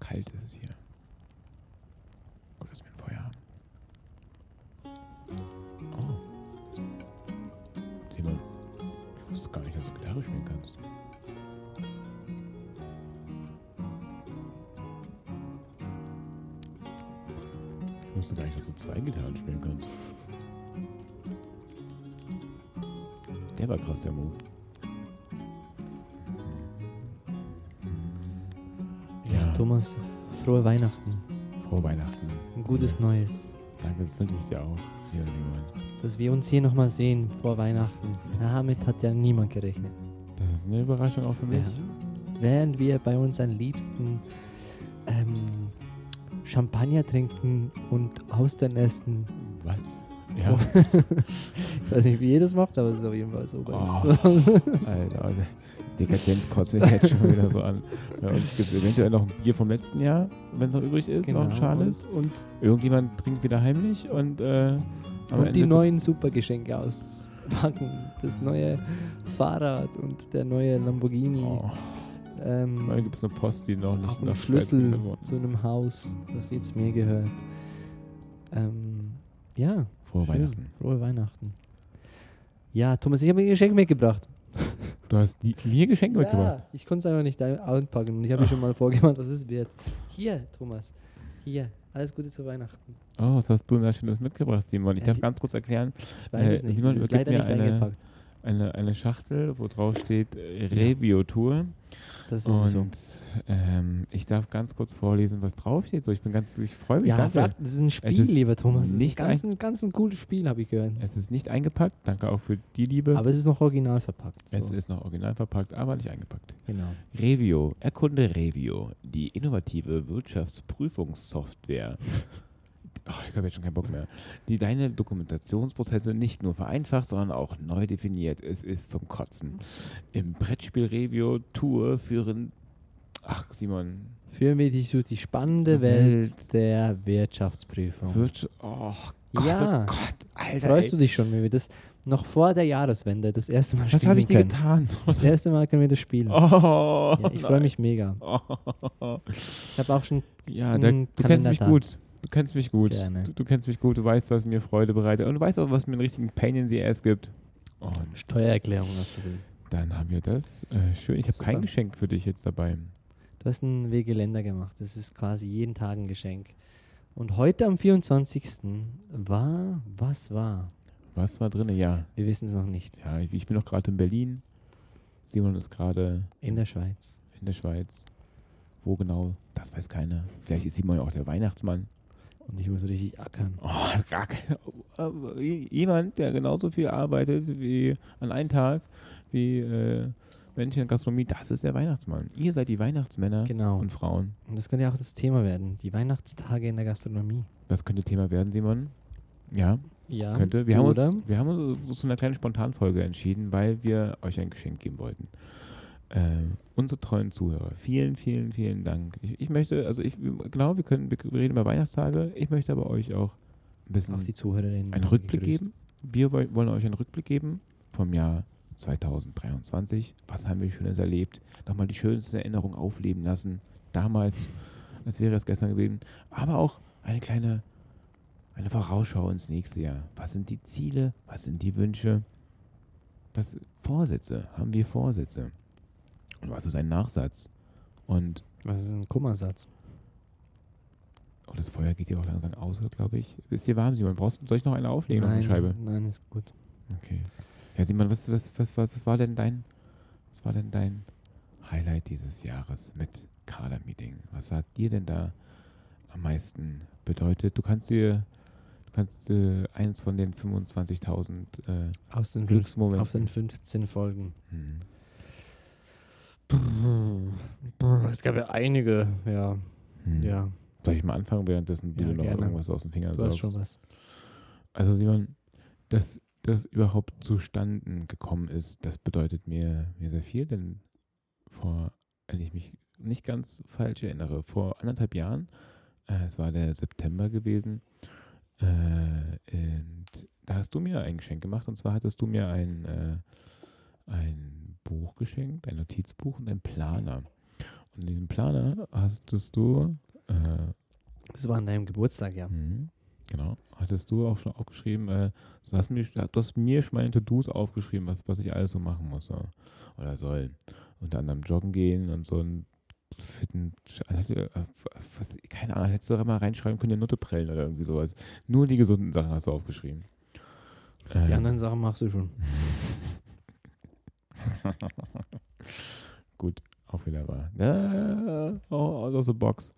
kalt ist hier. Gut, dass wir ein Feuer haben. Oh. Simon, ich wusste gar nicht, dass du Gitarre spielen kannst. Ich wusste gar nicht, dass du zwei Gitarren spielen kannst. Der war krass, der Move. Ja, Thomas, frohe Weihnachten. frohe Weihnachten. Ein gutes Neues. Danke, das wünsche ich dir auch. Ja, Simon. Dass wir uns hier nochmal sehen vor Weihnachten. Damit hat ja niemand gerechnet. Das ist eine Überraschung auch für mich. Während wir bei uns am liebsten ähm, Champagner trinken und Austern essen. Was? Oh. Ja, Ich weiß nicht, wie ihr das macht, aber es ist auf jeden Fall so bei uns Oh. zu Hause. Alter, Alter. Dekadenz kotzt mich jetzt schon wieder so an. Bei uns gibt es eventuell noch ein Bier vom letzten Jahr, wenn es noch übrig ist, noch ein schales. Genau. Und, Irgendjemand trinkt wieder heimlich und, äh, am und, und die Ende- neuen Supergeschenke auspacken. Das neue Fahrrad und der neue Lamborghini. Oh, ähm, dann gibt es eine Post, die noch auch nicht einen nach Schlüssel Schweiz geworden zu ist. einem Haus, das jetzt mir gehört. Ähm, ja, Frohe schön. Weihnachten. frohe Weihnachten. Ja, Thomas, ich habe mir ein Geschenk mitgebracht. Du hast die, mir Geschenke mitgebracht. Ja, ich konnte es einfach nicht ein- einpacken und ich habe mir schon mal vorgemacht, was es wird. Hier, Thomas, hier, alles Gute zu Weihnachten. Oh, was hast du denn da Schönes mitgebracht, Simon? Ich Ja, darf die- ganz kurz erklären. Ich weiß Äh, es nicht, Simon, es ist übergib leider mir nicht eine- eingepackt. Eine, eine Schachtel, wo drauf steht äh, Revio-Tour. Das ist Und so. ähm, ich darf ganz kurz vorlesen, was draufsteht. So, ich bin ganz, ich freue mich. Ja, danke. frag, das ist ein Spiel, ist lieber Thomas. Das nicht ist ein ganz, ein, ganz ein cooles Spiel, habe ich gehört. Es ist nicht eingepackt. Danke auch für die Liebe. Aber es ist noch original verpackt. So. es ist noch original verpackt, aber nicht eingepackt. genau. Revio, erkunde Revio, die innovative Wirtschaftsprüfungssoftware. Ach, ich habe jetzt schon keinen Bock mehr. Die deine Dokumentationsprozesse nicht nur vereinfacht, sondern auch neu definiert. Es ist zum Kotzen. Im Brettspiel Revio Tour führen. Ach, Simon. Führen wir dich durch die spannende Welt, der Wirtschaftsprüfung. Wirtsch oh Gott, Genau. Ja. oh Gott, Alter. Freust du ey. dich schon, wenn wir das noch vor der Jahreswende das erste Mal Was spielen habe ich dir können? getan? Das erste Mal können wir das spielen. Oh, ja, ich freue mich mega. Oh. Ich habe auch schon, Ja, da, Mm, du kennst mich Kalendertag. gut. Du kennst mich gut. Gerne. Du, du kennst mich gut, du weißt, was mir Freude bereitet. Und du weißt auch, was mir einen richtigen Pain in the Ass gibt. Und Steuererklärung hast du. gemacht. dann haben wir das. Äh, schön, ich habe Super. kein Geschenk für dich jetzt dabei. Du hast einen Wegeländer gemacht. Das ist quasi jeden Tag ein Geschenk. Und heute am 24. war, was war? Was war drin? Ja. Wir wissen es noch nicht. Ja, ich, ich bin noch gerade in Berlin. Simon ist gerade In der Schweiz. in der Schweiz. Wo genau? Das weiß keiner. Vielleicht ist Simon ja auch der Weihnachtsmann. Und ich muss richtig ackern. Oh, gar keine. Aber Jemand, der genauso viel arbeitet wie an einem Tag wie äh, Menschen in Gastronomie, das ist der Weihnachtsmann. Ihr seid die Weihnachtsmänner Genau. und Frauen. Und das könnte ja auch das Thema werden. Die Weihnachtstage in der Gastronomie. Das könnte Thema werden, Simon. Ja, Ja. könnte. Wir haben, uns, oder? wir haben uns so zu einer kleinen Spontanfolge entschieden, weil wir euch ein Geschenk geben wollten. Ähm, unsere treuen Zuhörer, vielen, vielen, vielen Dank. Ich, ich möchte, also ich genau, wir können, wir reden über Weihnachtstage. Ich möchte aber euch auch ein bisschen Auch die Zuhörerinnen. einen werden Rückblick gegrüßt. geben. Wir woll- wollen euch einen Rückblick geben vom Jahr 2023. Was haben wir Schönes erlebt? Nochmal die schönsten Erinnerungen aufleben lassen. Damals, als wäre es gestern gewesen. Aber auch eine kleine eine Vorausschau ins nächste Jahr. Was sind die Ziele? Was sind die Wünsche? Was Vorsätze? Haben wir Vorsätze? Und was ist ein Nachsatz? Und Was ist ein Kummersatz? oh, das Feuer geht ja auch langsam aus, glaube ich. Ist hier warm, Simon? Brauchst, soll ich noch eine auflegen? Noch eine Scheibe? nein, ist gut. Okay. Ja, Simon, was, was, was, was, was war denn dein, was war denn dein Highlight dieses Jahres mit Kader-Meeting? Was hat dir denn da am meisten bedeutet? Du kannst dir, du kannst äh, eins von den 25.000 äh, Aus den fünf, Glücksmomenten. auf den 15 Folgen. hm. Es gab ja einige, ja. Hm. ja Soll ich mal anfangen, währenddessen du Ja, noch gerne. irgendwas aus den Fingern du hast saugst? schon was. Also Simon, dass das überhaupt zustanden gekommen ist, das bedeutet mir, mir sehr viel, denn vor, wenn ich mich nicht ganz falsch erinnere, vor anderthalb Jahren, äh, es war der September gewesen, äh, und da hast du mir ein Geschenk gemacht und zwar hattest du mir ein, äh, ein Buch geschenkt, ein Notizbuch und ein Planer. Und in diesem Planer hast du, äh, Das war an deinem Geburtstag, ja. mhm, genau, hattest du auch schon aufgeschrieben, äh, du, hast mir, du hast mir schon meine To-Dos aufgeschrieben, was, was ich alles so machen muss so. oder soll. Unter anderem joggen gehen und so einen fitten, Sch- also, äh, was, keine Ahnung, hättest du doch mal reinschreiben können, die Nutte prellen oder irgendwie sowas. Nur die gesunden Sachen hast du aufgeschrieben. Die Ähm, anderen Sachen machst du schon. Gut, auch wieder war. Ja, oh, out of the box.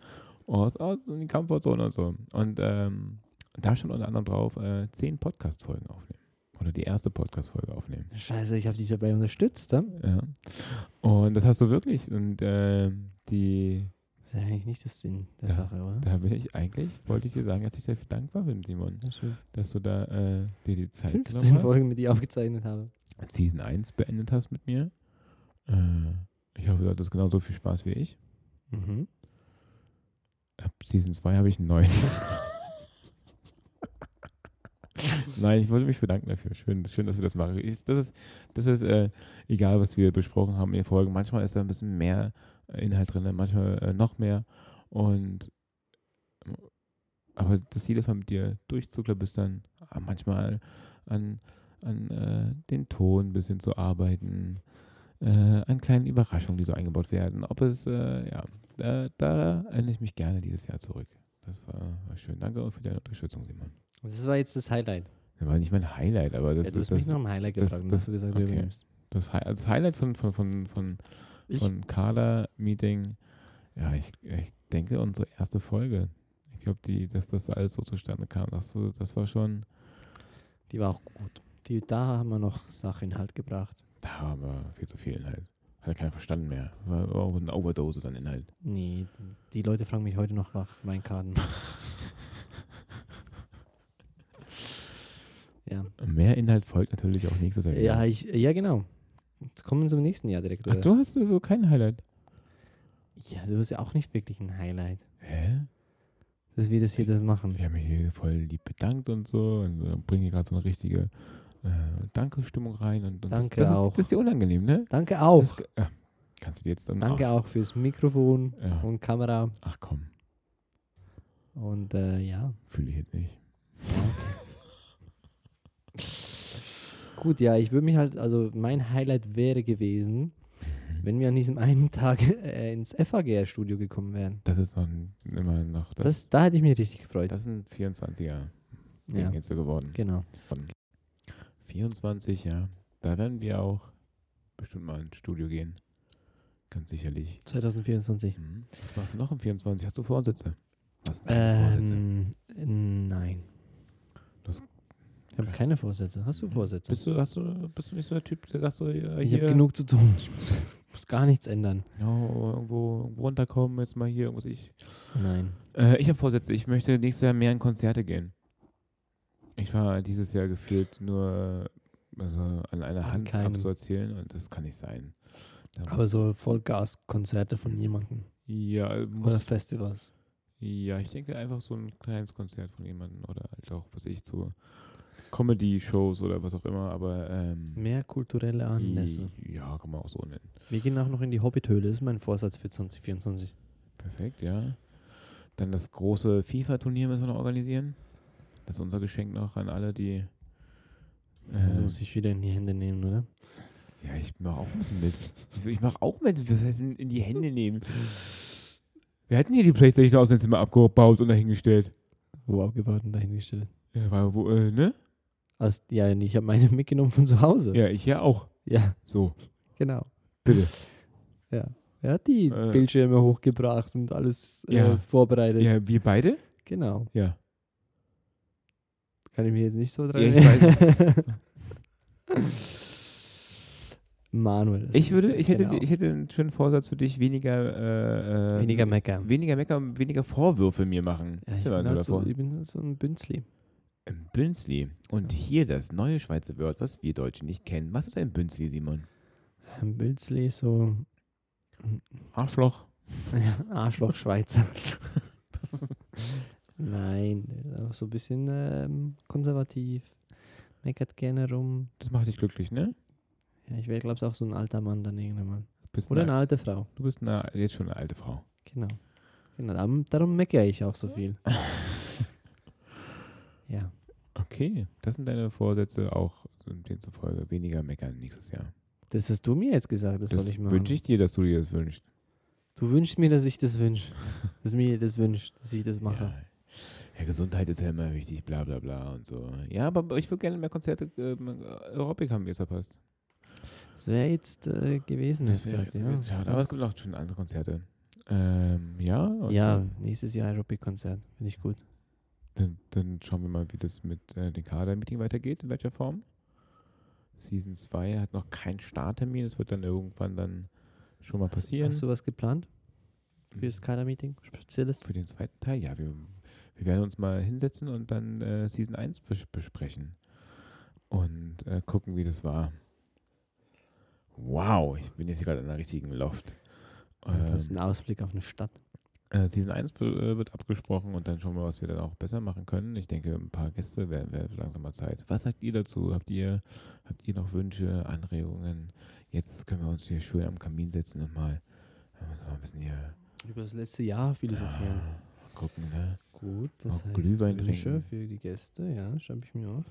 Oh, Aus, aus in die Comfortzone und so. Und ähm, da stand unter anderem drauf, äh, zehn Podcast-Folgen aufnehmen. Oder die erste Podcast-Folge aufnehmen. Scheiße, ich habe dich dabei unterstützt. Ja? Ja. Und das hast du wirklich. Und ähm, die, Das ist ja eigentlich nicht das Sinn der Ja. Sache, oder? da bin ich eigentlich, wollte ich dir sagen, dass ich dafür dankbar bin, Simon, Ja, schön. dass du da äh, dir die Zeit 15 genommen Folgen mit dir aufgezeichnet habe. hast. Season 1 beendet hast mit mir. Äh, ich hoffe, du hattest genauso viel Spaß wie ich. Mhm. Ab Season 2 habe ich einen neuen. Nein, ich wollte mich bedanken dafür. Schön, schön dass wir das machen. Ich, das ist, das ist äh, egal, was wir besprochen haben in den Folgen. Manchmal ist da ein bisschen mehr äh, Inhalt drin, manchmal äh, noch mehr. Und ähm, aber das jedes Mal mit dir durchzuklabüstern, ah, manchmal an, an äh, den Ton ein bisschen zu arbeiten, äh, an kleinen Überraschungen, die so eingebaut werden. Ob es, äh, ja, da, da erinnere ich mich gerne dieses Jahr zurück. Das war, war schön. Danke auch für deine Unterstützung, Simon. Das war jetzt das Highlight. Das war nicht mein Highlight, aber das ja, du hast ist mich das, nach dem Highlight das- gefragt und das- hast du gesagt, okay. du übernimmst. das, Hi- das Highlight von, von, von, von, Ich- von Kader-Meeting. Ja, ich, ich denke, unsere erste Folge. Ich glaube, die, dass das alles so zustande kam, das, so- das war schon, Die war auch gut. Die, da haben wir noch Sachinhalt gebracht. da haben wir viel zu viel Inhalt. Hat keiner verstanden mehr. War auch eine Overdosis an Inhalt. Nee, die Leute fragen mich heute noch nach meinen Karten. ja. Mehr Inhalt folgt natürlich auch nächstes Jahr. Ja, ich, ja, genau. Jetzt kommen wir zum nächsten Jahr direkt. Ach, oder? du hast so kein Highlight. Ja, du hast ja auch nicht wirklich ein Highlight, Hä? dass wir das hier das machen. Ich habe mich hier voll lieb bedankt und so und äh, bringe hier gerade so eine richtige äh, Danke-Stimmung rein. Und, und Danke das, das, auch. Ist, das ist dir unangenehm, ne? Danke auch. Das, äh, kannst du dir jetzt dann Danke auch fürs Mikrofon Ja. und Kamera. Ach komm, Und äh, ja. fühle ich jetzt nicht. Gut, ja, ich würde mich halt, also mein Highlight wäre Mhm. gewesen, wenn wir an diesem einen Tag äh, ins FAGR-Studio gekommen wären. Das ist noch ein, immer noch Das, das. da hätte ich mich richtig gefreut. Das, ist ein 24er ja, jetzt so geworden. genau. 24, ja. Da werden wir auch bestimmt mal ins Studio gehen. Ganz sicherlich. 2024. Mhm. Was machst du noch im 24? Hast du Vorsätze? Was sind deine Vorsätze? Ähm, nein. Das- ich habe keine Vorsätze. Hast du Vorsätze? Bist du, hast du, bist du nicht so der Typ, der sagt so, ja, ich hier, habe genug zu tun. Ich muss, muss gar nichts ändern. ja, irgendwo, irgendwo runterkommen, jetzt mal hier, muss ich. Nein. Äh, ich habe Vorsätze, ich möchte nächstes Jahr mehr in Konzerte gehen. Ich war dieses Jahr gefühlt nur also an einer An Hand keinem. abzuerzählen und das kann nicht sein. Da Aber muss- so Vollgas-Konzerte von jemandem. Ja, äh, Oder muss, Festivals. ja, ich denke einfach so ein kleines Konzert von jemandem oder halt auch, was ich, so Comedy-Shows oder was auch immer, aber. Ähm, Mehr kulturelle Anlässe. Ja, kann man auch so ne? nennen. Wir gehen auch noch in die Hobbithöhle, ist mein Vorsatz für 2024. Perfekt, ja. Dann das große FIFA-Turnier müssen wir noch organisieren. Das ist unser Geschenk noch an alle, die. Äh, Also muss ich wieder in die Hände nehmen, oder? ja, ich mache auch ein bisschen mit. Ich, ich mache auch mit. Was heißt in, in die Hände nehmen? Wir hätten hier die Playstation aus dem Zimmer abgebaut und dahingestellt. Wo abgebaut und dahingestellt. Ja, war wo, äh, ne? Also, ja, ich habe meine mitgenommen von zu Hause. Ja, ich ja auch. ja So, genau. bitte. Er hat die Äh. Bildschirme hochgebracht und alles äh, Ja. vorbereitet. Ja, wir beide? Genau. Ja. Kann ich mir jetzt nicht so dran Ja, ich weiß. erinnern. Manuel. ist Ich würde, es. ich hätte, Genau. ich hätte einen schönen Vorsatz für dich, weniger, äh, äh, weniger meckern. weniger Mecker, und weniger Vorwürfe mir machen. Ja, Das ich, wäre ein bin toller halt so, Vorsatz. ich bin so ein Bünzli. Ein Ähm, Bünzli. Und hier das neue Schweizer Wort, was wir Deutschen nicht kennen. Was ist ein Bünzli, Simon? Ein Bünzli, so Arschloch. Arschloch-Schweizer. Nein, auch so ein bisschen ähm, konservativ. Meckert gerne rum. Das macht dich glücklich, ne? Ja, ich wäre, glaube ich, auch so ein alter Mann dann irgendwann mal. bist Oder eine, eine alte Frau. du bist eine, jetzt schon eine alte Frau. Genau. genau. Darum, darum meckere ich auch so viel. ja. Okay, das sind deine Vorsätze auch demzufolge weniger meckern nächstes Jahr. Das hast du mir jetzt gesagt, das, das soll ich machen. wünsche ich dir, dass du dir das wünschst. Du wünschst mir, dass ich das wünsche. Dass mir das wünscht, dass ich das mache. Ja. ja, Gesundheit ist ja immer wichtig, bla bla bla und so. Ja, aber ich würde gerne mehr Konzerte, ähm, Aerobic haben wir jetzt verpasst. Das wäre jetzt äh, gewesen. Das jetzt wäre grad, jetzt gewesen. Schade. Aber es gibt auch schon andere Konzerte. Ähm, ja, und ja, Dann, nächstes Jahr Aerobic-Konzert. Finde ich gut. dann, dann schauen wir mal, wie das mit äh, dem Kader-Meeting weitergeht, in welcher Form. Season 2 hat noch keinen Starttermin, das wird dann irgendwann dann schon mal passieren. Hm, Hast du was geplant für das Kader-Meeting? Spezielles? Für den zweiten Teil, ja, wir, wir werden uns mal hinsetzen und dann äh, Season 1 bes besprechen. Und äh, gucken, wie das war. Wow, ich bin jetzt hier gerade in der richtigen Loft. Du hast Ähm, einen Ausblick auf eine Stadt. äh, Season 1 be- äh, wird abgesprochen und dann schauen wir, was wir dann auch besser machen können. Ich denke, ein paar Gäste werden wär langsam mal Zeit. Was sagt ihr dazu? Habt ihr, habt ihr noch Wünsche, Anregungen? Jetzt können wir uns hier schön am Kamin setzen und mal, äh, müssen wir mal ein bisschen hier Über das letzte Jahr philosophieren. äh, gucken, ne? Gut, das Auch heißt Glühwein Wünsche trinken. für die Gäste. Ja, schreibe ich mir auf.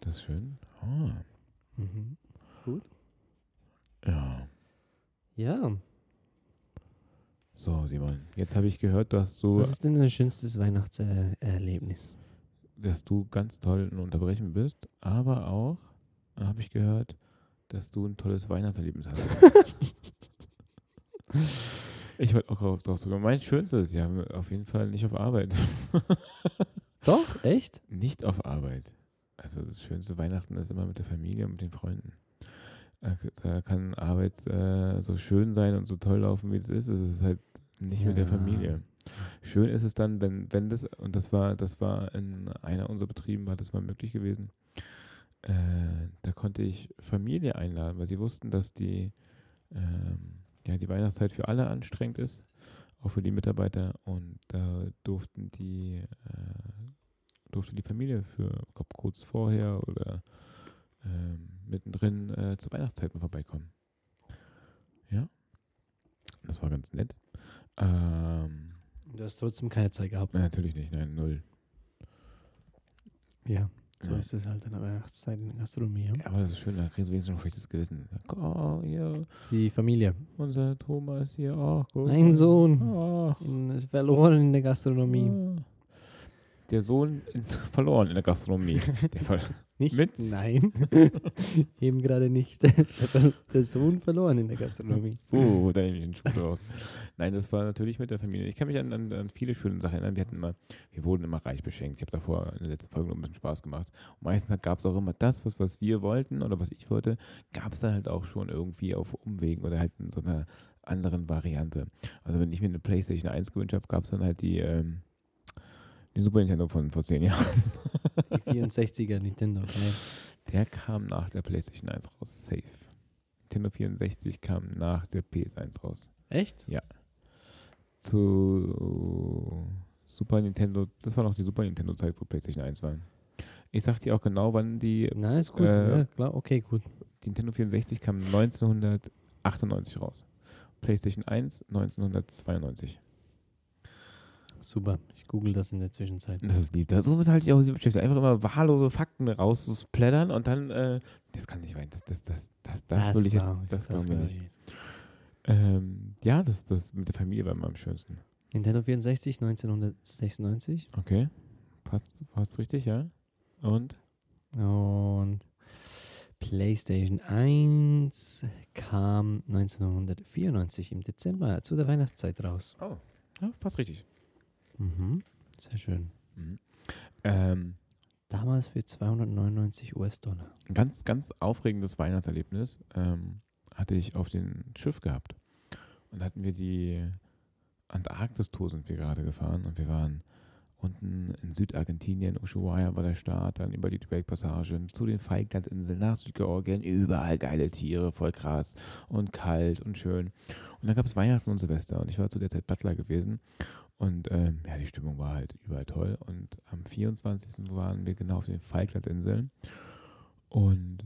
Das ist schön. Ah. Mhm. Ja, Ja, so Simon, jetzt habe ich gehört, dass du, was ist denn dein schönstes Weihnachtserlebnis? dass du ganz toll in Unterbrechen bist, aber auch äh, habe ich gehört, dass du ein tolles Weihnachtserlebnis hattest. ich wollte auch drauf, drauf sogar. Mein schönstes ja auf jeden Fall nicht auf Arbeit. Doch, echt? nicht auf Arbeit. Also das schönste Weihnachten ist immer mit der Familie und mit den Freunden. Da k- Da kann Arbeit äh, so schön sein und so toll laufen, wie es ist. Es ist halt nicht mit der Ja. Familie. Schön ist es dann, wenn, wenn das, und das war, das war in einer unserer Betrieben, war das mal möglich gewesen. Äh, da konnte ich Familie einladen, weil sie wussten, dass die, ähm, ja, die Weihnachtszeit für alle anstrengend ist, auch für die Mitarbeiter. Und da durften die, äh, durfte die Familie für glaub, kurz vorher oder ähm, mittendrin äh, zur Weihnachtszeit mal vorbeikommen. Ja, das war ganz nett. Ähm, Du hast trotzdem keine Zeit gehabt. Nein, natürlich nicht, nein, null. Ja, so Ja. ist es halt in der Weihnachtszeit in der Gastronomie. ja. Ja, aber das ist schön, da kriegst du wenigstens ein schlechtes Gewissen. Oh, hier, Die Familie. unser Thomas hier, ach, guck. Mein mal. Sohn. Ach, In, verloren in der Gastronomie. ah. Der Sohn verloren in der Gastronomie. der Fall. Nicht? Mit? Nein. Eben gerade nicht. der Sohn verloren in der Gastronomie. So, Uh, da nehme ich den Schuh raus. Nein, das war natürlich mit der Familie. Ich kann mich an, an, an viele schöne Sachen erinnern. Wir hatten immer, wir wurden immer reich beschenkt. Ich habe davor in der letzten Folge noch ein bisschen Spaß gemacht. Und meistens gab es auch immer das, was, was wir wollten oder was ich wollte, gab es dann halt auch schon irgendwie auf Umwegen oder halt in so einer anderen Variante. Also wenn ich mir eine Playstation 1 gewünscht habe, gab es dann halt die, ähm, die Super Nintendo von vor zehn Jahren. Die 64er Nintendo. Nee. Der kam nach der Playstation 1 raus, safe. Nintendo 64 kam nach der PS1 raus. Echt? zu äh, Super Nintendo, das war noch die Super Nintendo-Zeit, wo PlayStation 1 war. Ich sag dir auch genau, wann die, Na, ist gut. Äh, ja, klar. Okay, gut. die Nintendo 64 kam 1998 raus. PlayStation 1 1992. Super. Ich google das in der Zwischenzeit. Das ist lieb. Da- So wird halt die auch beschäftigt. Einfach immer wahllose Fakten rausplättern und dann, äh, das kann nicht sein. Das, das, das, das, das, will ich jetzt, glaub das, glauben wir glaub nicht. ich jetzt. Ähm, ja, das, das mit der Familie war immer am schönsten. Nintendo 64, 1996. Okay. Passt, passt richtig, ja. Und? Und PlayStation 1 kam 1994 im Dezember zu der Weihnachtszeit raus. Ja, passt richtig. Mhm. Sehr schön. Mhm. Ähm, Damals für 299 US-Dollar. ein ganz, ganz aufregendes Weihnachtserlebnis ähm, hatte ich auf dem Schiff gehabt. Und hatten wir die Antarktis-Tour sind wir gerade gefahren und wir waren unten in Südargentinien, Ushuaia war der Start, dann über die Drake-Passage zu den Falklandinseln nach Südgeorgien, überall geile Tiere, voll krass und kalt und schön. Und dann gab es Weihnachten und Silvester und ich war zu der Zeit Butler gewesen und ähm, ja, die Stimmung war halt überall toll und am 24. waren wir genau auf den Falklandinseln und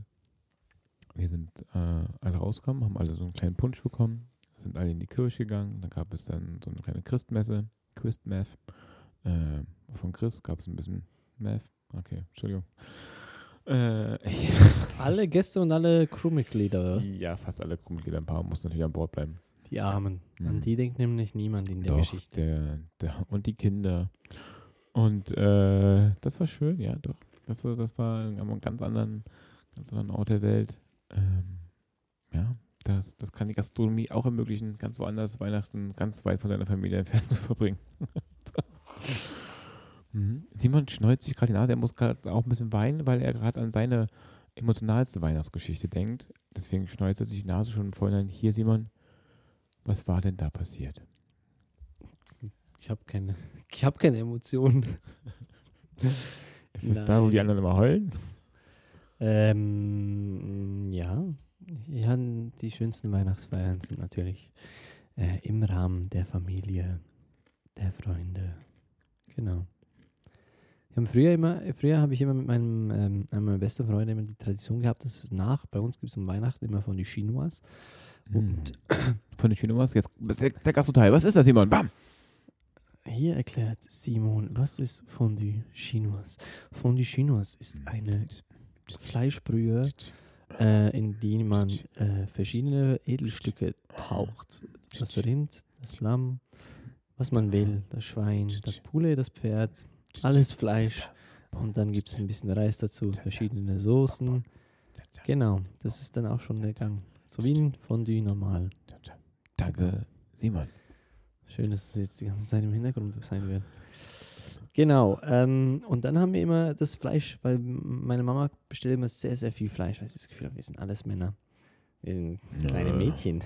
wir sind äh, alle rausgekommen, haben alle so einen kleinen Punsch bekommen, sind alle in die Kirche gegangen. Da gab es dann so eine kleine Christmesse, Christmath. Äh, von Chris gab es ein bisschen Math. Okay, Entschuldigung. Äh, Alle Gäste und alle Crewmitglieder, ja, fast alle Crewmitglieder, ein paar mussten natürlich an Bord bleiben. die Armen. An Mhm. die denkt nämlich niemand in der Doch, Geschichte. Der, der, und die Kinder. Und äh, das war schön, ja, doch. Das war, das war an einem ganz anderen, ganz anderen Ort der Welt. Ähm, ja, das, das kann die Gastronomie auch ermöglichen, ganz woanders Weihnachten ganz weit von deiner Familie entfernt zu verbringen. Mhm. Simon schneut sich gerade die Nase, er muss gerade auch ein bisschen weinen, weil er gerade an seine emotionalste Weihnachtsgeschichte denkt. Deswegen schneut er sich die Nase schon vorhin. Hier, Simon, was war denn da passiert? Ich habe keine, ich hab keine Emotionen. Ist es da, wo die Nein. anderen immer heulen? Ähm, ja. ja, die schönsten Weihnachtsfeiern sind natürlich äh, im Rahmen der Familie, der Freunde. Genau. Wir haben früher immer, früher habe ich immer mit meinem, ähm, einem meiner besten Freunde immer die Tradition gehabt, dass es nach, bei uns gibt es um Weihnachten immer von die Chinois. Mhm. Und Hm. Von den Chinoas, jetzt der, der Gastoteil. Was ist das, Simon? Bam! Hier erklärt Simon, was ist Fondue Chinoise? Fondue Chinoise ist eine Fleischbrühe, äh, in die man äh, verschiedene Edelstücke taucht. Das Rind, das Lamm, was man will, das Schwein, das Pule, das Pferd, alles Fleisch. Und dann gibt es ein bisschen Reis dazu, verschiedene Soßen. Genau, das ist dann auch schon der Gang. So wie ein Fondue normal. Danke, Simon. Schön, dass es jetzt die ganze Zeit im Hintergrund sein wird. Genau. Ähm, und dann haben wir immer das Fleisch, weil m- meine Mama bestellt immer sehr, sehr viel Fleisch, weil sie das Gefühl hat, wir sind alles Männer. Wir sind kleine Nö. Mädchen.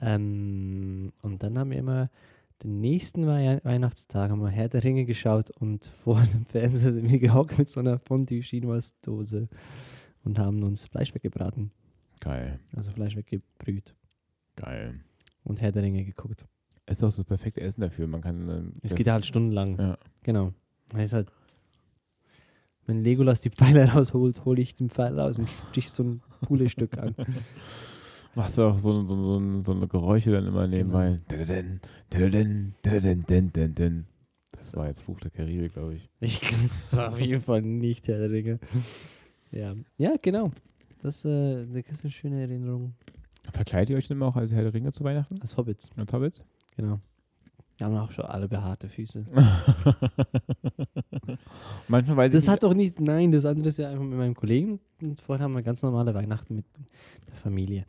ähm, und dann haben wir immer den nächsten Wei Weihnachtstag haben wir Herr der Ringe geschaut und vor dem Fernseher sind wir gehockt mit so einer Fondue Chinoise Dose und haben uns Fleisch weggebraten, Geil, also Fleisch weggebrüht geil. und Herr der Ringe geguckt. Ist doch das perfekte Essen dafür. Man kann. ähm, Es das- geht halt stundenlang. Ja. Genau. Er ist halt, wenn Legolas die Pfeile rausholt, hole ich den Pfeil raus und stich so ein Pulestück an. Machst du auch so, so, so, so eine Geräusche dann immer nebenbei. Dadadin, dadadin, dadadin, din, din, din. Das war jetzt Fluch der Karriere, glaube ich. Ich kann es auf jeden Fall nicht, Herr der Ringe. Ja, ja genau. Das, äh, das ist eine schöne Erinnerung. Verkleidet ihr euch denn immer auch als Herr der Ringe zu Weihnachten? Als Hobbits, Und Hobbits? genau. Wir haben auch schon alle behaarte Füße. Manchmal weiß Das ich nicht. hat doch nicht, nein, das andere ist ja einfach mit meinem Kollegen. Und vorher haben wir ganz normale Weihnachten mit der Familie.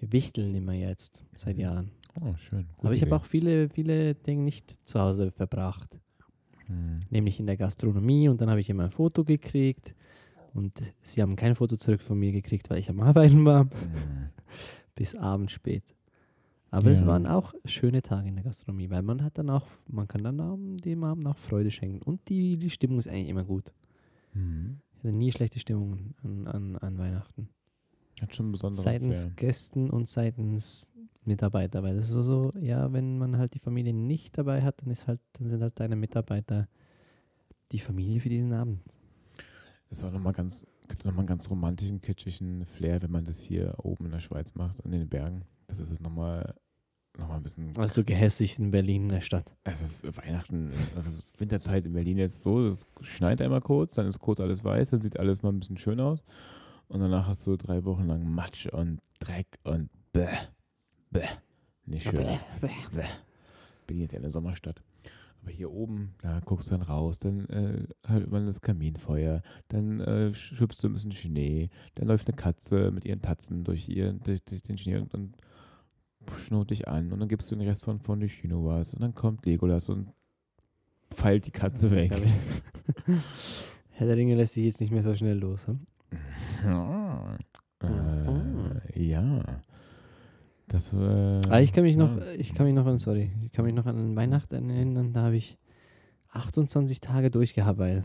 Wir wichteln immer jetzt, seit Jahren. Oh, schön. Gute Aber ich habe Idee. auch viele, viele Dinge nicht zu Hause verbracht. Hm. nämlich in der Gastronomie und dann habe ich immer ein Foto gekriegt und sie haben kein Foto zurück von mir gekriegt, weil ich am Arbeiten war, Hm. bis abends spät. Aber es Ja. waren auch schöne Tage in der Gastronomie, weil man hat dann auch, man kann dann am- dem Abend auch Freude schenken und die, die Stimmung ist eigentlich immer gut. Hm. Ich hatte nie schlechte Stimmung an, an, an Weihnachten. Hat schon besondere Seitens Gästen und seitens Mitarbeiter, weil das ist so, so, ja, wenn man halt die Familie nicht dabei hat, dann ist halt, dann sind halt deine Mitarbeiter die Familie für diesen Abend. Ist auch nochmal ganz, gibt nochmal einen ganz romantischen, kitschigen Flair, wenn man das hier oben in der Schweiz macht, in den Bergen. Das ist es nochmal, nochmal ein bisschen. Also gehässigt in Berlin in der Stadt. Es ist Weihnachten, also es ist Winterzeit in Berlin jetzt so, es schneit einmal kurz, dann ist kurz alles weiß, dann sieht alles mal ein bisschen schön aus. Und danach hast du drei Wochen lang Matsch und Dreck und bäh, bäh. Nicht schön. Berlin ist ja eine Sommerstadt. Aber hier oben, da guckst du dann raus, dann äh, hört man das Kaminfeuer, dann äh, sch- schüpfst du ein bisschen Schnee, dann läuft eine Katze mit ihren Tatzen durch, ihren, durch, durch den Schnee und, und schnurrt dich an und dann gibst du den Rest von von Chino was und dann kommt Legolas und pfeilt die Katze weg. Herr der Ringe lässt sich jetzt nicht mehr so schnell los. Hm? äh, ja. Das äh, Mhm. Ah, ich kann mich noch, ja. ich kann mich noch an, sorry, ich kann mich noch an Weihnachten erinnern, da habe ich 28 Tage durchgearbeitet.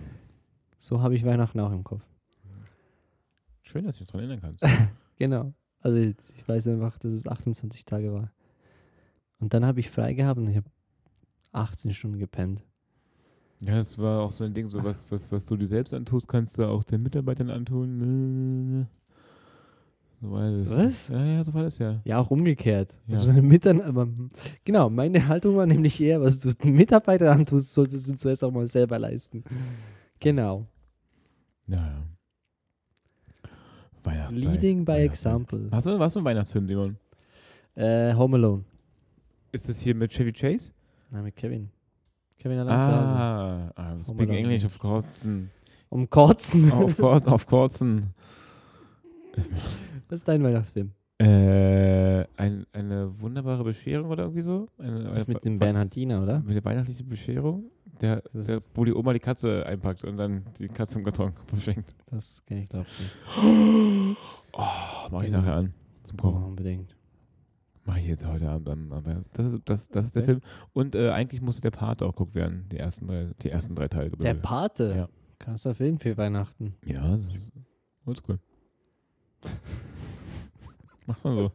So habe ich Weihnachten auch im Kopf. Schön, dass du dich daran erinnern kannst. Genau. Also jetzt, ich weiß einfach, dass es 28 Tage war. Und dann habe ich frei gehabt und ich habe 18 Stunden gepennt. Ja, das war auch so ein Ding, so was, was, was du dir selbst antust, kannst du auch den Mitarbeitern antun. So war das. Was? Ja, ja, so war das ja. Ja, auch umgekehrt. Ja. Also deine Mitarbeiter, aber genau, meine Haltung war nämlich eher, was du den Mitarbeitern antust, solltest du zuerst auch mal selber leisten. Genau. Ja, ja. Weihnachtszeit. Leading by Weihnachtszeit. example. Hast du, hast du einen Weihnachtsfilm, Simon? Äh, Home Alone. Ist das hier mit Chevy Chase? Nein, mit Kevin. Kevin allein zu Hause. Ah, ah, speak Alone. English of Kortzen. Um Kotzen. auf Kortzen, auf Kortzen. Was ist dein Weihnachtsfilm? Äh, ein, eine wunderbare Bescherung oder irgendwie so? Eine, Das ist eine- mit dem Bernhardiner, oder? Mit der weihnachtlichen Bescherung, der, Das der, ist- wo die Oma die Katze einpackt und dann die Katze im Karton verschenkt. Das kenne ich, glaube ich, nicht. Oh, mach ich nachher an. Zum Kochen. Oh, unbedingt. Mach ich jetzt heute Abend. am- am- Das ist, das, das ist der Okay. Film. Und äh, eigentlich musste der Part auch geguckt werden, die ersten drei, die ersten drei Teile. Der Pate. Ja. Krasser Film für Weihnachten. Ja, das ist oldschool. Macht man so.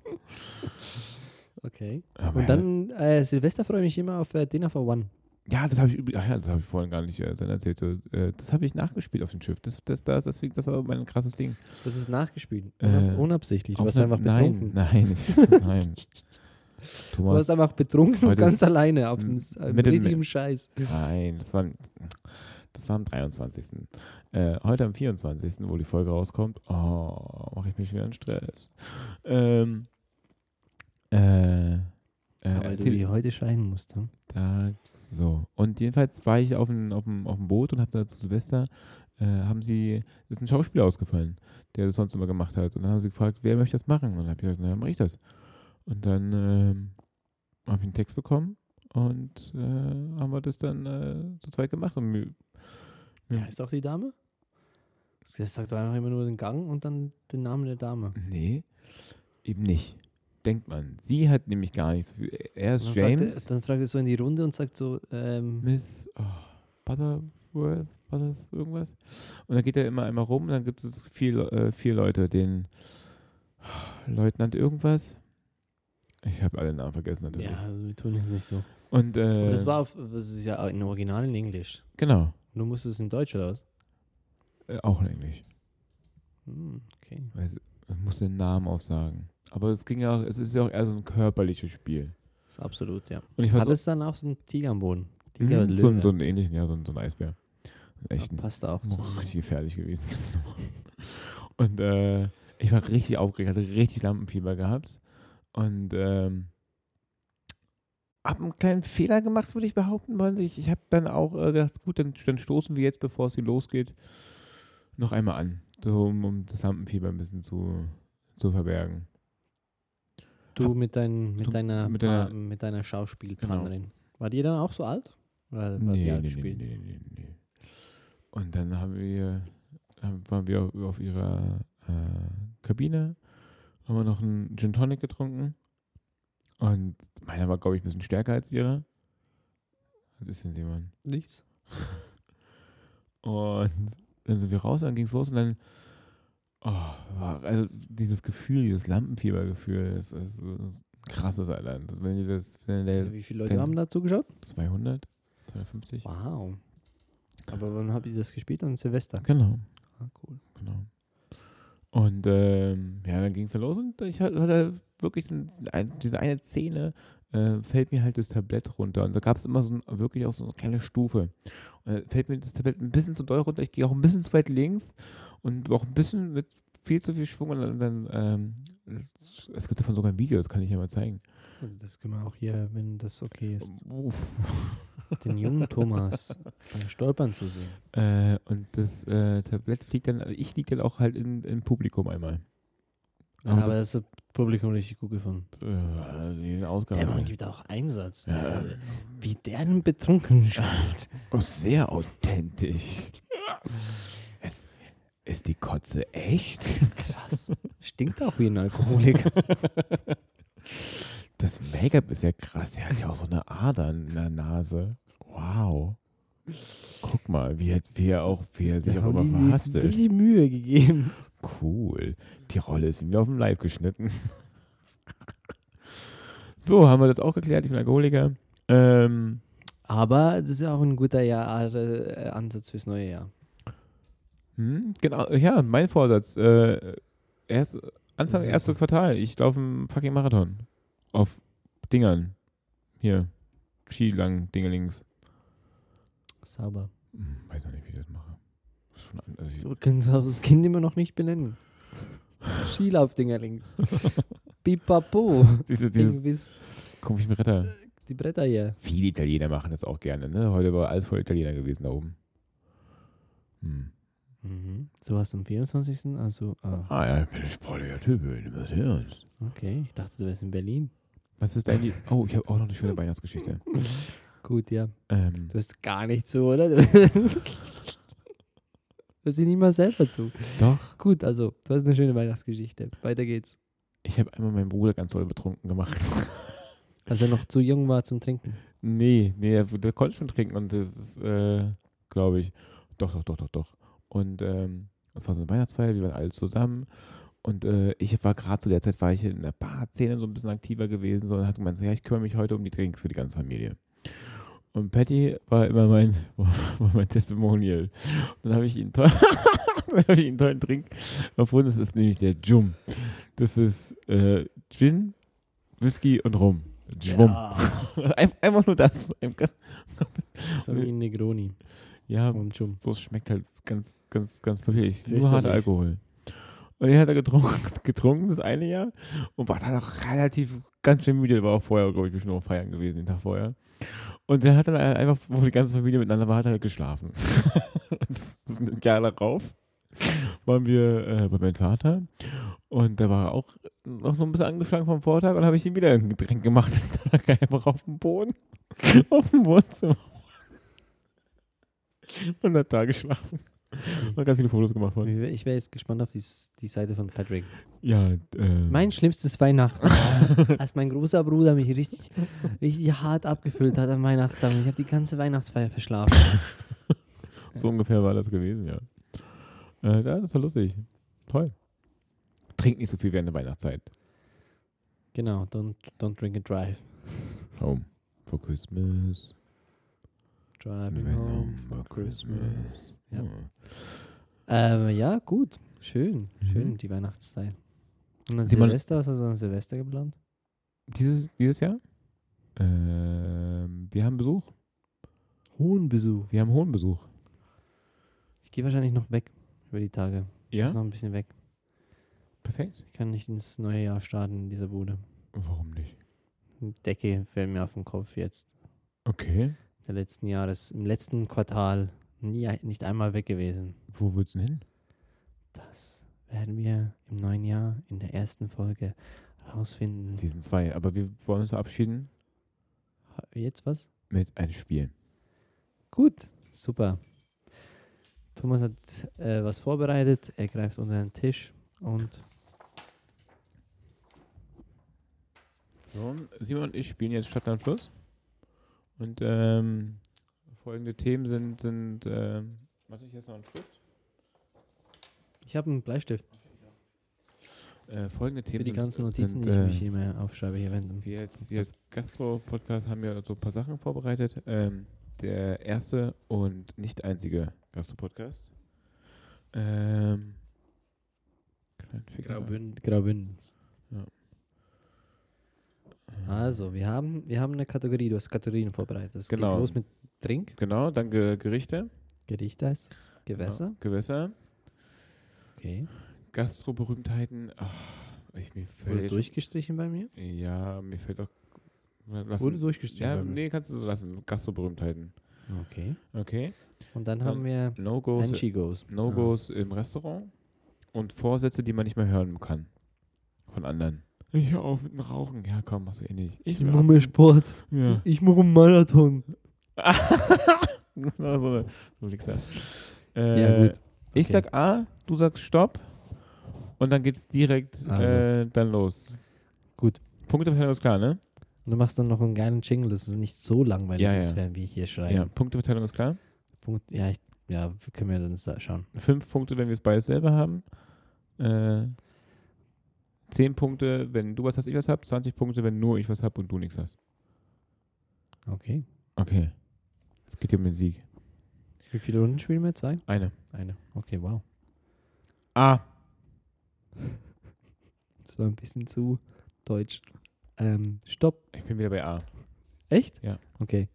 Okay. Aber Und dann, äh, Silvester freue ich mich immer auf äh, Dinner for One. Ja, das habe ich, übr- ach ja, das hab ich vorhin gar nicht äh, so erzählt. So, äh, das habe ich nachgespielt auf dem Schiff. Das, das, das, deswegen, das war mein krasses Ding. Das ist nachgespielt. Äh, Unab- Unabsichtlich. Du Auf warst ne- einfach nein, betrunken. nein, ich, nein. Du Thomas, warst einfach betrunken und Heute ist- ganz alleine auf dem M- S- äh, Mitte- richtigen Scheiß. nein, das war, das war am 23. Äh, heute am 24., wo die Folge rauskommt, oh, mache ich mich wieder in Stress. Ähm, äh, äh, Weil du erzähl- dir heute scheiden musst. Hm? Da, so. Und jedenfalls war ich auf dem, auf dem, auf dem Boot und habe da zu Silvester, äh, haben sie, ist ein Schauspieler ausgefallen, der das sonst immer gemacht hat. Und dann haben sie gefragt, wer möchte das machen? Und dann habe ich gesagt, na, mache ich das. Und dann ähm, habe ich einen Text bekommen und äh, haben wir das dann äh, zu zweit gemacht. Und mir, Ja, ist auch die Dame? Das sagt doch einfach immer nur den Gang und dann den Namen der Dame. nee, eben nicht. Denkt man. Sie hat nämlich gar nicht so viel. Er ist Und dann James. Fragt er, dann fragt er so in die Runde und sagt so, ähm, Miss oh, Butterworth, Butters, irgendwas. Und dann geht er immer einmal rum und dann gibt es vier, äh, vier Leute, den Leutnant irgendwas. Ich habe alle Namen vergessen natürlich. ja, also wir tun jetzt nicht so. Und äh, Und das war auf, das ist ja in Original in Englisch. genau, Du musstest es in Deutsch oder was? äh, auch in Englisch. Hm, okay. Weil es- Man muss den Namen aufsagen. Aber es ging ja, auch, es ist ja auch eher so ein körperliches Spiel. Das ist absolut, ja. Und ich war Hat so, es dann auch so einen Tiger am Boden? Tiger mh, Mhm, so, Löwe. einen- so einen ähnlichen, ja, so einen, so einen Eisbär. Einen Ja, echten. passt auch zu. Boah, richtig gefährlich gewesen. Ganz normal. Und äh, ich war richtig aufgeregt, hatte richtig Lampenfieber gehabt. Und ähm, habe einen kleinen Fehler gemacht, würde ich behaupten wollen. Ich, ich habe dann auch äh, gedacht, gut, dann, dann stoßen wir jetzt, bevor es hier losgeht, noch einmal an. So, um, um das Lampenfieber ein bisschen zu, zu verbergen. Du mit, dein, mit, Du- deiner, mit mit, deiner- Genau. deiner, mit deiner Schauspielpartnerin. War die dann auch so alt? Oder war die alt gespielt? nee, nee, nee. Und dann haben wir, haben, waren wir auf, auf ihrer äh, Kabine, haben wir noch einen Gin Tonic getrunken. Und meiner war, glaube ich, ein bisschen stärker als ihrer. Was ist denn Simon? Nichts. Und dann sind wir raus, dann ging es los und dann, oh, war, also dieses Gefühl, dieses Lampenfiebergefühl, ist, ist, ist krasses allein. Wenn ihr das, wenn ihr Wie viele Leute dann- haben da zugeschaut? da 200, 250, Wow. Aber wann habt ihr das gespielt? An Silvester. genau. Ah, cool. Genau. Und ähm, ja, dann ging es dann los und ich hat- hatte wirklich diesen- ein- diese eine Szene, äh, fällt mir halt das Tablett runter. Und da gab es immer so ein, wirklich auch so eine kleine Stufe. Und da fällt mir das Tablett ein bisschen zu doll runter, ich gehe auch ein bisschen zu weit links und auch ein bisschen mit viel zu viel Schwung und dann, dann ähm, es gibt davon sogar ein Video, das kann ich ja mal zeigen. Also das können wir auch hier, wenn das okay ist, Uff. den jungen Thomas beim Stolpern zu sehen. Äh, und das äh, Tablett fliegt dann, ich liege dann auch halt in- im Publikum einmal. Ja, aber das hat das Publikum richtig gut gefunden. äh, diesen Ausgang. Der Mann gibt auch Einsatz. Der, Wie der einen Betrunkenen spielt. Oh, sehr authentisch. Es, ist die Kotze echt? Krass. Stinkt auch wie ein Alkoholiker. Das Make-up ist ja krass. Er hat ja auch so eine Ader in der Nase. Wow. Guck mal, wie, er- wie er auch, wie er sich Da auch haben immer genau die sich verhaspelt. wirklich Mühe gegeben. Cool. Die Rolle ist ihm wieder auf den Leib geschnitten. So, haben wir das auch geklärt. Ich bin Alkoholiker. Ähm, Aber das ist ja auch ein guter Jahr, äh, Ansatz fürs neue Jahr. Hm, genau, ja, mein Vorsatz. Äh, erst Anfang Das ist- erste Quartal. Ich laufe einen fucking Marathon. Auf Dingern. Hier. Skilang, Dingelings. Sauber. Hm, Weiß noch nicht, wie ich das mache. Ist schon an- also ich- Du kannst auch das Kind immer noch nicht benennen. Skilaufdinger links. Pipapo. Diese, dieses Irgendwie komische Bretter. die Bretter hier. Viele Italiener machen das auch gerne, ne? Heute war alles voll Italiener gewesen da oben. Hm. Mhm. So was am 24. Also, ah, Ah ja, ich bin voller Typ, wenn du was hörst. okay. Ich dachte, du wärst in Berlin. Was ist dein Lie- Oh, ich habe auch noch eine schöne Weihnachtsgeschichte. Gut, ja. Ähm, Du hast gar nicht so, oder? Du hast dich nicht mal selber zu. doch, Gut, also, du hast eine schöne Weihnachtsgeschichte. Weiter geht's. ich habe einmal meinen Bruder ganz doll betrunken gemacht. Als er noch zu jung war zum Trinken. Nee, nee, er der konnte schon trinken und das ist, äh, glaube ich. Doch, doch, doch, doch, doch. Und ähm, es war so eine Weihnachtsfeier, wir waren alle zusammen. Und äh, ich war gerade zu der Zeit, war ich in der Barszene so ein bisschen aktiver gewesen so, und hat gemeint, so, ja, ich kümmere mich heute um die Drinks für die ganze Familie. Und Patty war immer mein, war mein Testimonial. Und dann habe ich ihn toll, dann habe ich ihn tollen Drink erfunden. Das ist nämlich der Jum. Das ist äh, Gin, Whisky und Rum. Jum. Ja. Ein- Einfach nur das. Ein ganz- So wie ein Negroni. Ja, Und schon. bloß schmeckt halt ganz, ganz, ganz natürlich. fürchterlich. Nur harter Alkohol. Und er hat er getrunken, getrunken das eine Jahr und war dann auch relativ ganz schön müde. Der war auch vorher, glaube ich, bestimmt noch feiern gewesen, den Tag vorher. Und der hat dann einfach, wo die ganze Familie miteinander war, hat er halt geschlafen. das ist ein Jahr darauf. Waren wir äh, bei meinem Vater und der war auch noch so ein bisschen angeschlagen vom Vortag und habe ich ihm wieder ein Getränk gemacht und dann lag er einfach auf dem Boden, auf dem Wohnzimmer. Und hat da geschlafen. Und ganz viele Fotos gemacht von. Ich wäre jetzt gespannt auf die, S- die Seite von Patrick. Ja, äh, Mein schlimmstes Weihnachten, als mein großer Bruder mich richtig, richtig hart abgefüllt hat am Weihnachtsabend. Ich habe die ganze Weihnachtsfeier verschlafen. so ungefähr war das gewesen, ja. Äh, ja, das war lustig. Toll. Trink nicht so viel während der Weihnachtszeit. Genau, don't, don't drink and drive. Home um. for Christmas. Driving home Venom for for Christmas. Christmas. Ja. Ja. Ähm, ja, gut. Schön, schön, Mhm. die Weihnachtszeit. Und an Die man- Silvester, was hast du an Silvester geplant? Dieses, dieses Jahr? Ähm, wir haben Besuch. Hohen Besuch. Wir haben hohen Besuch. Ich gehe wahrscheinlich noch weg über die Tage. Ich bin Ja? noch ein bisschen weg. Perfekt. Ich kann nicht ins neue Jahr starten in dieser Bude. Warum nicht? Die Decke fällt mir auf den Kopf jetzt. Okay. Der letzten Jahres, im letzten Quartal nie, ein- nicht einmal weg gewesen. Wo willst du denn hin? Das werden wir im neuen Jahr in der ersten Folge rausfinden. Season 2. Aber wir wollen uns verabschieden Jetzt was? mit einem Spiel. Gut, super. Thomas hat äh, was vorbereitet, er greift unter den Tisch und So, Simon und ich spielen jetzt Stadtland Fluss. Und ähm, folgende Themen sind, sind ähm, warte, ich jetzt noch einen Stift. ich habe einen Bleistift Äh, folgende Themen für die sind- ganzen Notizen, sind, die ich äh, mich immer aufschreibe hier wenden. Wir als, wir als Gastro-Podcast haben ja so ein paar Sachen vorbereitet. Ähm, der erste und nicht einzige Gastro-Podcast. Ähm, kleinen Finger. Graubündens. Genau. Ja. Also, wir haben, wir haben eine Kategorie, du hast Kategorien vorbereitet. Es Genau. geht los mit Trink, Genau, dann Ge Gerichte. Gerichte heißt es, Gewässer. Ja, Gewässer. Okay. Gastro-Berühmtheiten. Ach, ich, mir fällt Wurde jetzt- durchgestrichen bei mir? Ja, mir fällt auch. Lassen. Wurde durchgestrichen ja, bei mir. nee, kannst du so lassen. Gastro-Berühmtheiten. Okay. Okay. Und dann haben wir Ah. No-Gos Anchigos. no goes im Restaurant und Vorsätze, die man nicht mehr hören kann. Von anderen. Ich hör auf mit dem Rauchen. Ja, komm, machst du eh nicht. Ich mache mehr Sport. Ja. Ich mache einen Marathon. Na, so eine, so ein Wichser. Ja, Äh, gut. Ich Okay. sag A, du sagst Stopp und dann geht's direkt Also. äh, dann los. Gut. Punkteverteilung ist klar, ne? Und du machst dann noch einen geilen Jingle, dass es nicht so langweilig Ja, ist, ja. wenn wir hier schreiben. Ja, Ja, Punkteverteilung ist klar. Punkt, ja, ich, ja wir können wir dann sa- schauen. Fünf Punkte, wenn wir es beides selber haben. Äh, zehn Punkte, wenn du was hast, ich was hab. 20 Punkte, wenn nur ich was hab und du nichts hast. Okay. Okay. Es geht hier um den Sieg. Wie viele Runden spielen wir? Zwei? Eine. Eine. Okay, wow. A. war ein bisschen zu deutsch. Ähm, stopp. Ich bin wieder bei A. Echt? Ja. Okay.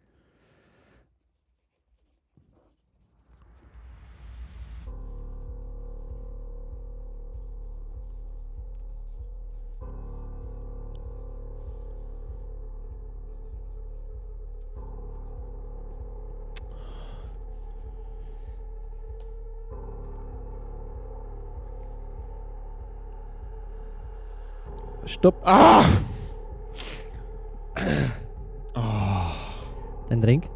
Stopp. Ah! Oh. Dein Drink?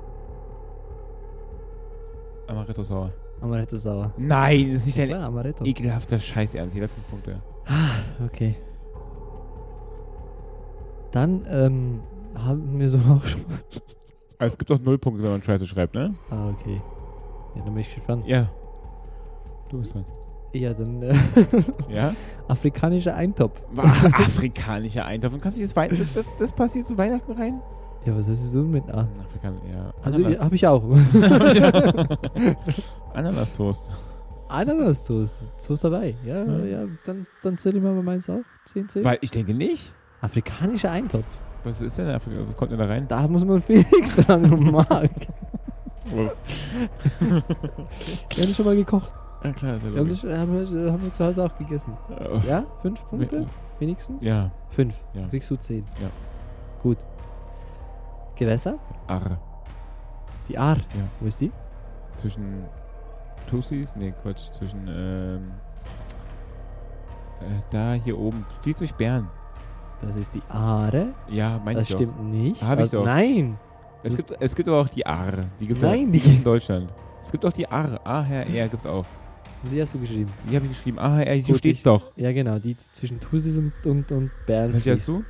Amaretto sauer. Amaretto sauer. Nein, das ist nicht dein Klar, Amaretto. ekelhafter Scheiß ernst. Jeder fünf Punkte. Okay. Dann ähm, haben wir so auch schon. Aber Also es gibt auch null Punkte, wenn man Scheiße schreibt, ne? Ah, okay. Ja, dann bin ich gespannt. Ja. Du bist dran. Ja, dann äh, Ja? afrikanischer Eintopf. Afrikanischer Eintopf. Und kannst du das, Wei- das, das, das passiert zu Weihnachten rein? Ja, was ist das so mit Ah. A? Afrikan ja. Also ja, hab ich auch. Ananas. Ananas-Toast. Ananas-Toast. Toast dabei. Ja, Ja. ja, dann, dann zählen wir mal meins auch. 10, 10. Weil ich denke nicht. Afrikanischer Eintopf. Was ist denn in Afrika? Was kommt denn da rein? Da muss man Felix fragen und Marc. Wir haben schon mal gekocht. Ja, klar, ist ja Wir haben, logisch. das, haben, wir, haben wir zu Hause auch gegessen. Äh, Ja? Fünf Punkte? Wenigstens? Ja. Fünf. Ja. Kriegst du zehn. Hm. Ja. Gut. Gewässer? Arr. Die Ahr. Ja. Wo ist die? Zwischen Tussis? Nee, Quatsch. Zwischen, ähm, äh, da hier oben. Fließt durch Bern. Das ist die Aare. Ja, meine Das ich stimmt nicht. Also Hab ich doch. Nein. doch. Es gibt, es gibt aber auch die Arr. Die gibt Nein, es in die, Deutschland. Es gibt auch die Arr. A-R-R gibt's auch. die hast du geschrieben. Die habe ich geschrieben. A-R-R, hier Gut, steht's ich- doch. Ja, genau. Die, die zwischen Tusis und, und, und Bern Welche hast fließt. du?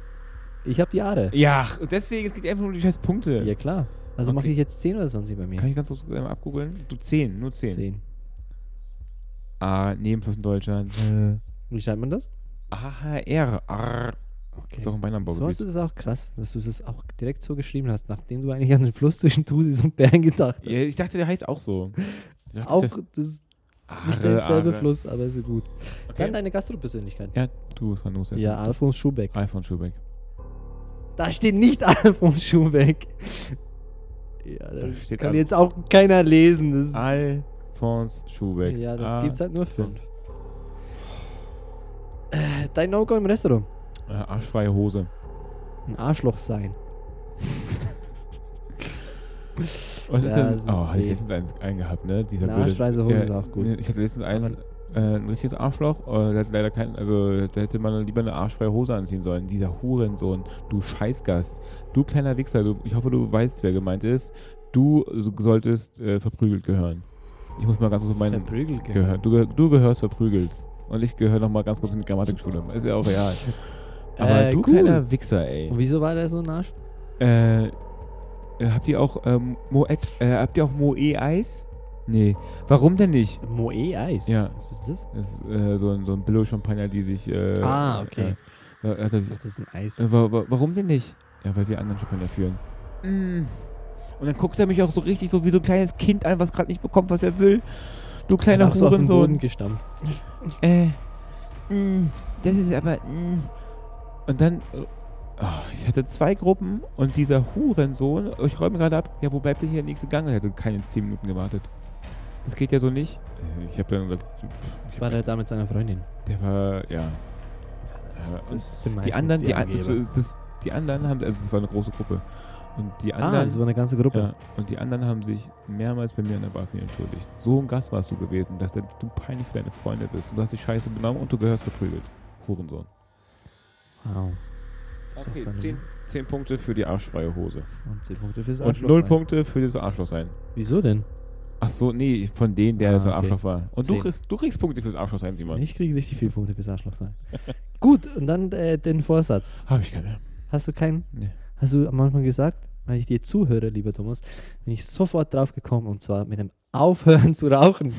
Ich habe die Aare. Ja, und deswegen, es geht einfach nur um die scheiß Punkte. Ja, klar. Also Okay. mache ich jetzt 10 oder 20 bei mir? Kann ich ganz kurz einmal abgoogeln? Du 10, nur 10. 10. Ah, Nebenfluss in Deutschland. Wie schreibt man das? AHR. Arr. Äh. Okay. Ist auch ein So hast du Weinanbaugebiet. das auch krass, dass du das auch direkt so geschrieben hast, nachdem du eigentlich an den Fluss zwischen Tusis und Bern gedacht hast. Ja, ich dachte, der heißt auch so. Ich dachte, auch der- das ist Arre, nicht derselbe Arre. Fluss, aber so gut. Dann Okay. deine Gastropersönlichkeit. Ja, du bist dran, du musst erst Ja, mal. Alfons Schubeck. iPhone Schubeck. Da steht nicht Alfons Schubeck. Ja, Da das steht kann Al- jetzt auch keiner lesen. Das ist, Alfons Schubeck. ja, das ah, gibt's halt nur fünf. Äh, Dein No-Go im Restaurant. Äh, arschfreie Hose. Ein Arschloch sein. Was Ja, ist das ist denn? Oh, hatte ich zehn. letztens eins eingehabt, ne? Dieser Eine blöde- arschfreie Hose Ja, ist auch gut. ne, Ich hatte letztens einen, äh, ein richtiges Arschloch. Äh, der hat leider keinen, also da hätte man lieber eine arschfreie Hose anziehen sollen. Dieser Hurensohn, du Scheißgast, du kleiner Wichser, du, ich hoffe, du weißt, wer gemeint ist. Du so- solltest äh, verprügelt gehören. Ich muss mal ganz kurz auf meinen Verprügelt gehören. Du, geh- du gehörst verprügelt. Und ich gehöre nochmal ganz kurz in die Grammatikschule. Ist ja auch real. Aber Äh, du cool. kleiner Wichser, ey. Und wieso war der so ein Arsch? Äh, äh, habt ihr auch ähm, Moet, äh, habt ihr auch Moe Eis? Nee. Warum denn nicht? Moe-Eis. Ja. Was ist das? Das ist äh, so ein, so ein Billo-Champagner, die sich. Äh, Ah, okay. Äh, äh, hat er sich, Ach, das ist ein Eis. äh, wa wa warum denn nicht? Ja, weil wir anderen Champagner führen. Mm. Und dann guckt er mich auch so richtig so wie so ein kleines Kind an, was gerade nicht bekommt, was er will. Du kleiner Danach so auf den Boden Hurensohn. gestampft. Äh, mm, das ist aber. Mm. Und dann. äh, ah, ich hatte zwei Gruppen und dieser Hurensohn, ich räume gerade ab, ja, wo bleibt denn hier der nächste Gang? Er hätte keine zehn Minuten gewartet. Das geht ja so nicht. Äh, Ich habe dann gesagt, ich hab War der dann, da mit seiner Freundin? der war, ja. Ja, und sind die meistens anderen, die, an- Angeber. das, das, die anderen haben, also es war eine große Gruppe. Und die Ah, anderen, das war eine ganze Gruppe. ja, und die anderen haben sich mehrmals bei mir an der Bar für ihn entschuldigt. So ein Gast warst du gewesen, dass der- du peinlich für deine Freunde bist. Und du hast dich scheiße benommen und du gehörst geprügelt. Hurensohn. Wow. Das ist auch seine- Punkte für die arschfreie Hose. Und 10 Punkte fürs Und Arschloch null sein. Punkte für das Arschloch sein. Wieso denn? Ach so, nee, von denen, der Ah, das ein okay. Arschloch war. Und du Zehn. kriegst, du kriegst Punkte fürs Arschloch sein, Simon. Ich kriege richtig viele Punkte fürs Arschloch sein. Gut, und dann äh, den Vorsatz. Habe ich keine. Hast du keinen? Nee. Hast du am Anfang gesagt, weil ich dir zuhöre, lieber Thomas, bin ich sofort drauf gekommen und zwar mit dem Aufhören zu rauchen.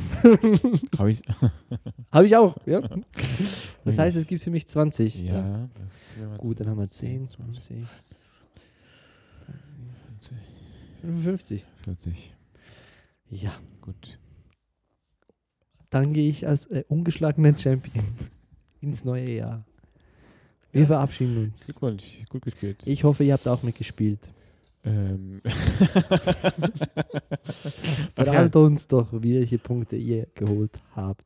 Habe ich? Habe ich auch, ja. Das Ja. heißt, es gibt für mich 20. Ja. Gut, dann haben wir 10, 20, 20, 55. 40. Ja, Gut. dann gehe ich als äh, ungeschlagener Champion ins neue Jahr. Wir verabschieden uns. Glückwunsch, gut gespielt. Ich hoffe, ihr habt auch mitgespielt. Ähm, Verrat uns doch, welche Punkte ihr geholt habt.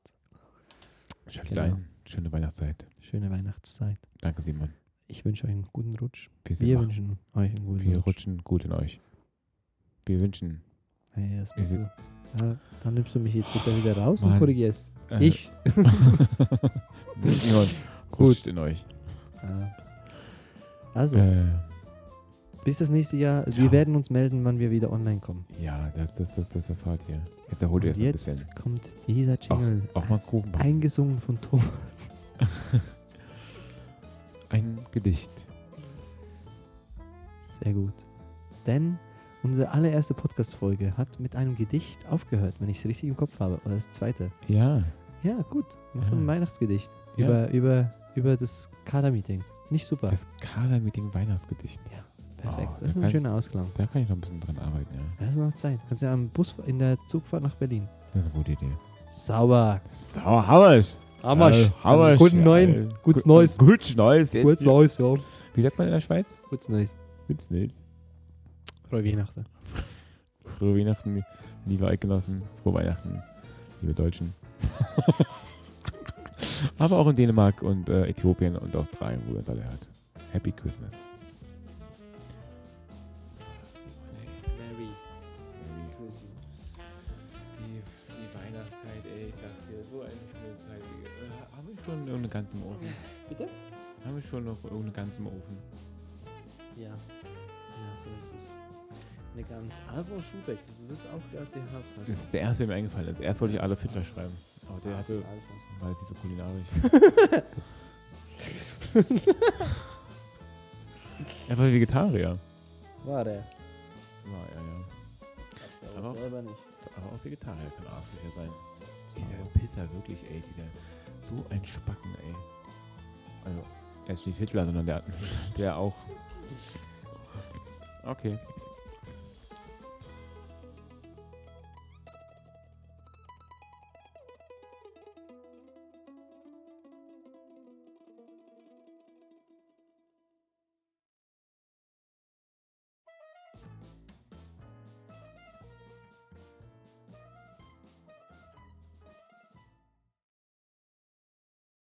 Schaltet Genau. ein. Schöne Weihnachtszeit. Schöne Weihnachtszeit. Danke, Simon. Ich wünsche euch einen guten Rutsch. Wir, sind Wir wach. wünschen euch einen guten wir Rutsch. rutschen gut in euch. Wir wünschen. Hey, das Wir musst sind- du, ja, dann nimmst du mich jetzt bitte wieder raus und Mann. korrigierst. äh, Ich. Simon, Gut. rutscht in euch. Ja. Also, Äh, bis das nächste Jahr. Ciao. Wir werden uns melden, wann wir wieder online kommen. ja, das, das, das, das erfahrt ihr. Jetzt erholt ihr Und erstmal ein jetzt bisschen. kommt dieser Jingle. Auch mal Kuchen backen. Eingesungen von Thomas. Ein Gedicht. Sehr gut. Denn unsere allererste Podcast-Folge hat mit einem Gedicht aufgehört, wenn ich es richtig im Kopf habe. Oder das zweite. Ja. Ja, gut. Mach Ja. doch ein Weihnachtsgedicht. Ja. Über, über, über das Kader-Meeting. Nicht super. Das Kader-Meeting Weihnahtsgedicht. Perfekt. Oh, das ist da ein kann- schöner Ausklang. Da kann ich noch ein bisschen dran arbeiten, ja. Das ist noch Zeit. Du kannst ja am Bus in der Zugfahrt nach Berlin. Das ist eine gute Idee. Sauber. Sauer Hammersch. Amasch. Hammersch. Guten Neuen. Ja, Gutes gut- Neues. Gutes Neues. Jetzt- Gutes Neues, ja. Wie sagt man in der Schweiz? Gutes Neues. Gutes Neues. Frohe Weihnachten. Frohe Weihnachten, liebe Eidgenossen. Frohe Weihnachten, liebe Deutschen. Aber auch in Dänemark und äh, Äthiopien und Australien, wo ihr es alle hört. Happy Christmas. Die, die Weihnachtszeit, ey, ich sag's dir, so eine schöne Zeit. Äh, haben wir schon irgendeine ganze im Ofen? Bitte? Haben wir schon noch irgendeine ganze im Ofen? Ja. Ja, so ist es. Eine ganz Alvaro Schubeck, das ist auch gerade gehabt. Das ist der erste, der mir eingefallen ist. Erst wollte ich Adolf Hitler schreiben. Aber der hatte, war jetzt nicht so kulinarisch. er war Vegetarier. War der. War er, ja. Aber- selber nicht. Aber auch Vegetarier kann Arschlöcher sein. Dieser Pisser, wirklich, ey. Dieser, so ein Spacken, ey. Also, er ist nicht Hitler, sondern der, der auch. Okay.